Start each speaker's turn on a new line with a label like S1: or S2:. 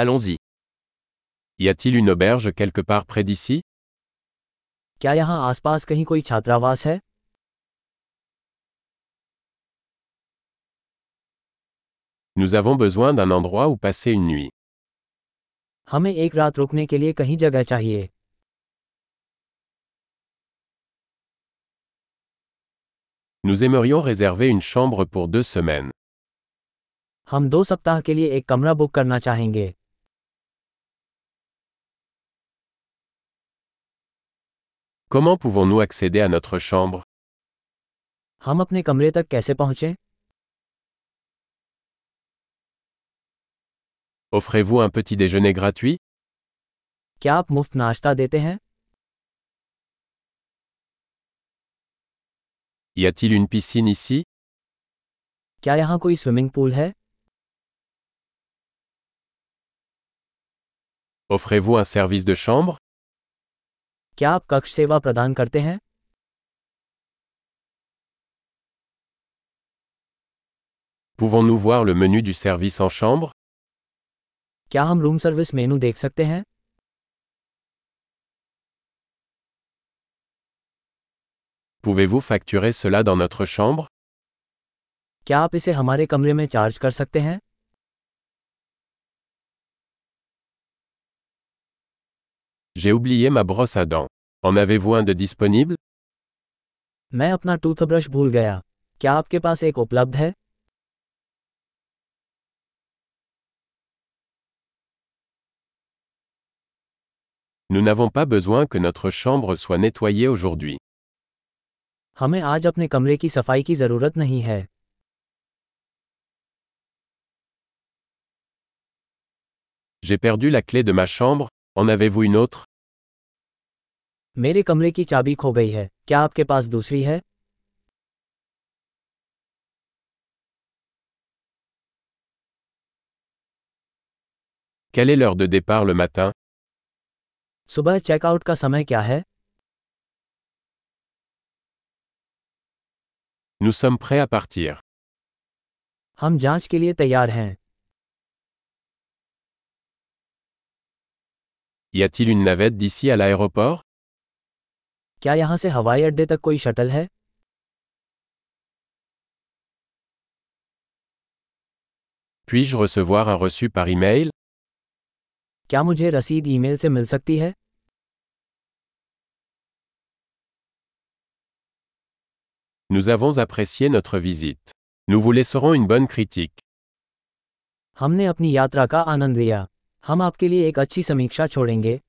S1: Allons-y. Y a-t-il une auberge quelque part près d'ici
S2: क्या यहाँ आसपास कहीं कोई छात्रावास है
S1: Nous avons besoin d'un endroit où passer une nuit.
S2: हमें एक रात रुकने के लिए कहीं जगह चाहिए
S1: Nous aimerions réserver une chambre pour deux semaines.
S2: हम दो सप्ताह के लिए एक कमरा बुक करना चाहेंगे
S1: Comment pouvons-nous accéder à notre chambre
S2: हम अपने कमरे तक कैसे पहुँचें
S1: Offrez-vous un petit déjeuner gratuit
S2: क्या आप मुफ्त नाश्ता देते हैं
S1: Y a-t-il une piscine ici
S2: क्या यहाँ कोई स्विमिंग पूल है
S1: Offrez-vous un service de chambre
S2: क्या आप कक्ष सेवा प्रदान करते हैं
S1: Pouvons-nous voir le menu du service en chambre
S2: क्या हम रूम सर्विस मेनू देख सकते हैं
S1: Pouvez-vous facturer cela dans notre chambre
S2: क्या आप इसे हमारे कमरे में चार्ज कर सकते हैं
S1: J'ai oublié ma brosse à dents. En avez-vous un de disponible
S2: मैं अपना टूथब्रश भूल गया क्या आपके पास एक उपलब्ध है
S1: Nous n'avons pas besoin que notre chambre soit nettoyée aujourd'hui.
S2: हमें आज अपने कमरे की सफाई की ज़रूरत नहीं है
S1: J'ai perdu la clé de ma chambre. En avez-vous une autre
S2: मेरे कमरे की चाबी खो गई है क्या आपके पास दूसरी है
S1: Quelle est l'heure de départ le matin
S2: सुबह चेकआउट का समय क्या है
S1: Nous sommes prêts à partir.
S2: हम जांच के लिए तैयार हैं
S1: Y a-t-il une navette d'ici à l'aéroport
S2: क्या यहाँ से हवाई अड्डे तक कोई शटल है
S1: Puis-je recevoir un reçu par email
S2: क्या मुझे रसीद ईमेल से मिल सकती है
S1: Nous avons apprécié notre visite. Nous vous laisserons une bonne critique.
S2: हमने अपनी यात्रा का आनंद लिया हम आपके लिए एक अच्छी समीक्षा छोड़ेंगे